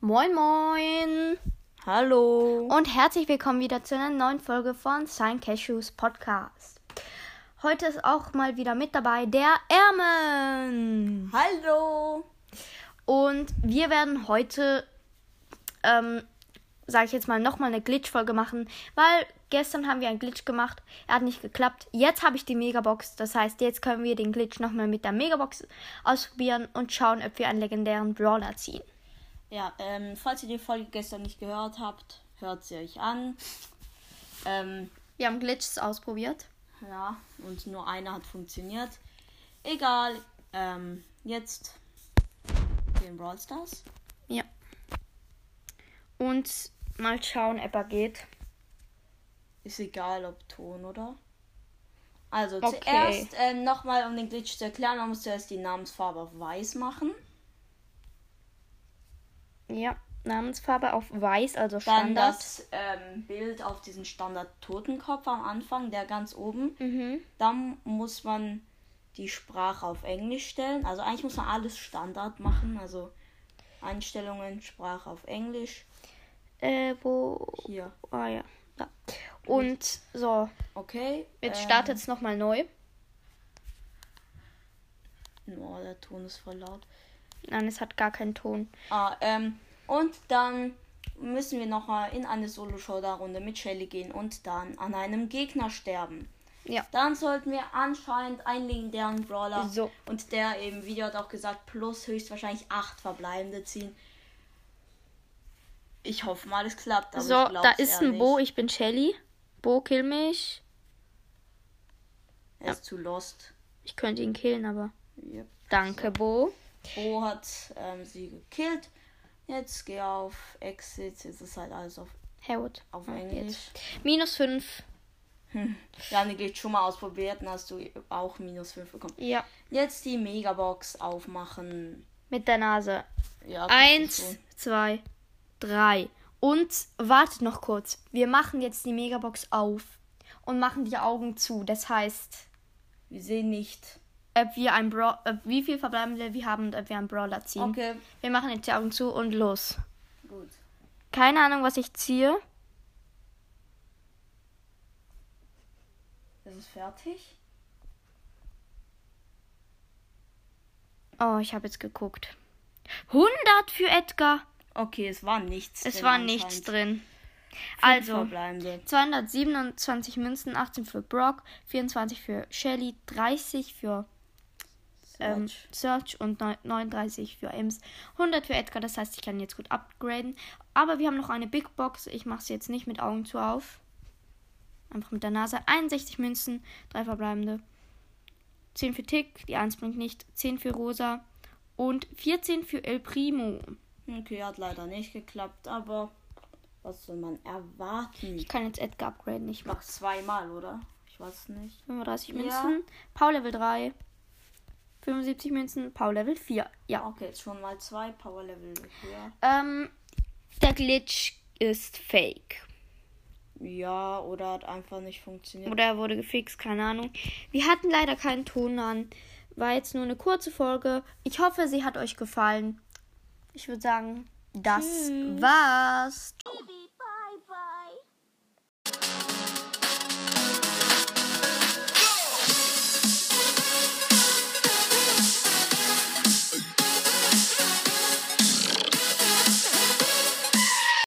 Moin, moin Hallo. und herzlich willkommen wieder zu einer neuen Folge von Sign Cashews Podcast. Heute ist auch mal wieder mit dabei der Ermen. Hallo. Und wir werden heute, ähm, sage ich jetzt mal, nochmal eine Glitch-Folge machen, weil gestern haben wir einen Glitch gemacht, er hat nicht geklappt. Jetzt habe ich die Megabox, das heißt, jetzt können wir den Glitch nochmal mit der Megabox ausprobieren und schauen, ob wir einen legendären Brawler ziehen. Ja, ähm, falls ihr die Folge gestern nicht gehört habt, hört sie euch an. Ähm, Wir haben Glitches ausprobiert. ja, und nur einer hat funktioniert. Egal. Ähm, jetzt den Brawl Stars. Ja. Und mal schauen, ob er geht. Ist egal, ob Ton oder. Also Okay. zuerst ähm, nochmal, um den Glitch zu erklären, man muss zuerst die Namensfarbe auf weiß machen. Ja, Namensfarbe auf weiß, also Dann Standard. das ähm, Bild auf diesen Standard-Totenkopf am Anfang, der ganz oben. Mhm. Dann muss man die Sprache auf Englisch stellen. Also eigentlich muss man alles Standard machen. Also Einstellungen, Sprache auf Englisch. Äh, wo. Hier. Ah ja. Da. Und so, Okay. jetzt ähm, startet es nochmal neu. Oh, der Ton ist voll laut. Nein, es hat gar keinen Ton. Ah, ähm, und dann müssen wir nochmal in eine Solo-Showdown-Runde mit Shelly gehen und dann an einem Gegner sterben. Ja. Dann sollten wir anscheinend einen legendären Brawler So. und der im Video hat auch gesagt, plus höchstwahrscheinlich acht verbleibende ziehen. Ich hoffe mal, es klappt. Aber So, ich glaub's da ist eher ein Bo, nicht. ich bin Shelly. Bo, kill mich. Er ist zu lost. Ich könnte ihn killen, aber. Yep. Danke, Bo. Bo hat ähm, sie gekillt. Jetzt geh auf Exit. Jetzt ist halt alles auf, Herwood. auf Ah, Englisch. jetzt. Minus 5. Wir haben den Glitch schon mal ausprobiert und hast du auch minus 5 bekommen. Ja. Jetzt die Megabox aufmachen. Mit der Nase. Ja, guck Eins, schon. zwei, drei. Und wartet noch kurz. Wir machen jetzt die Megabox auf und machen die Augen zu. Das heißt, Wir sehen nicht. ob wir ein Bra ob wie viel verbleibende wir haben und ob wir einen Brawler ziehen. Okay, Wir machen jetzt die Augen zu und los. gut. Keine Ahnung, was ich ziehe. Das ist fertig. Oh, ich habe jetzt geguckt. 100 für Edgar. Okay, es war nichts. Es drin war nichts anscheinend. drin. Also. Also, 227 Münzen, 18 für Brock, 24 für Shelly, 30 für ähm, Search und neun- 39 für Ems, 100 für Edgar, das heißt, ich kann jetzt gut upgraden. Aber wir haben noch eine Big Box, ich mache sie jetzt nicht mit Augen zu auf. Einfach mit der Nase. 61 Münzen, 3 verbleibende. 10 für Tick, die 1 bringt nicht, 10 für Rosa und 14 für El Primo. Ähm, Okay, hat leider nicht geklappt, aber was soll man erwarten? Ich kann jetzt Edgar upgraden, ich Noch mache zweimal, oder? Ich weiß nicht. 35 Ja. Münzen, Pau Level 3, 75 Münzen, Pau Level 4. Ja. Okay, jetzt schon mal zwei Power Level höher. Ähm, der Glitch ist fake. Ja, oder hat einfach nicht funktioniert. Oder er wurde gefixt, keine Ahnung. Wir hatten leider keinen Ton an. War jetzt nur eine kurze Folge. Ich hoffe, sie hat euch gefallen. Ich würde sagen, das war's. Baby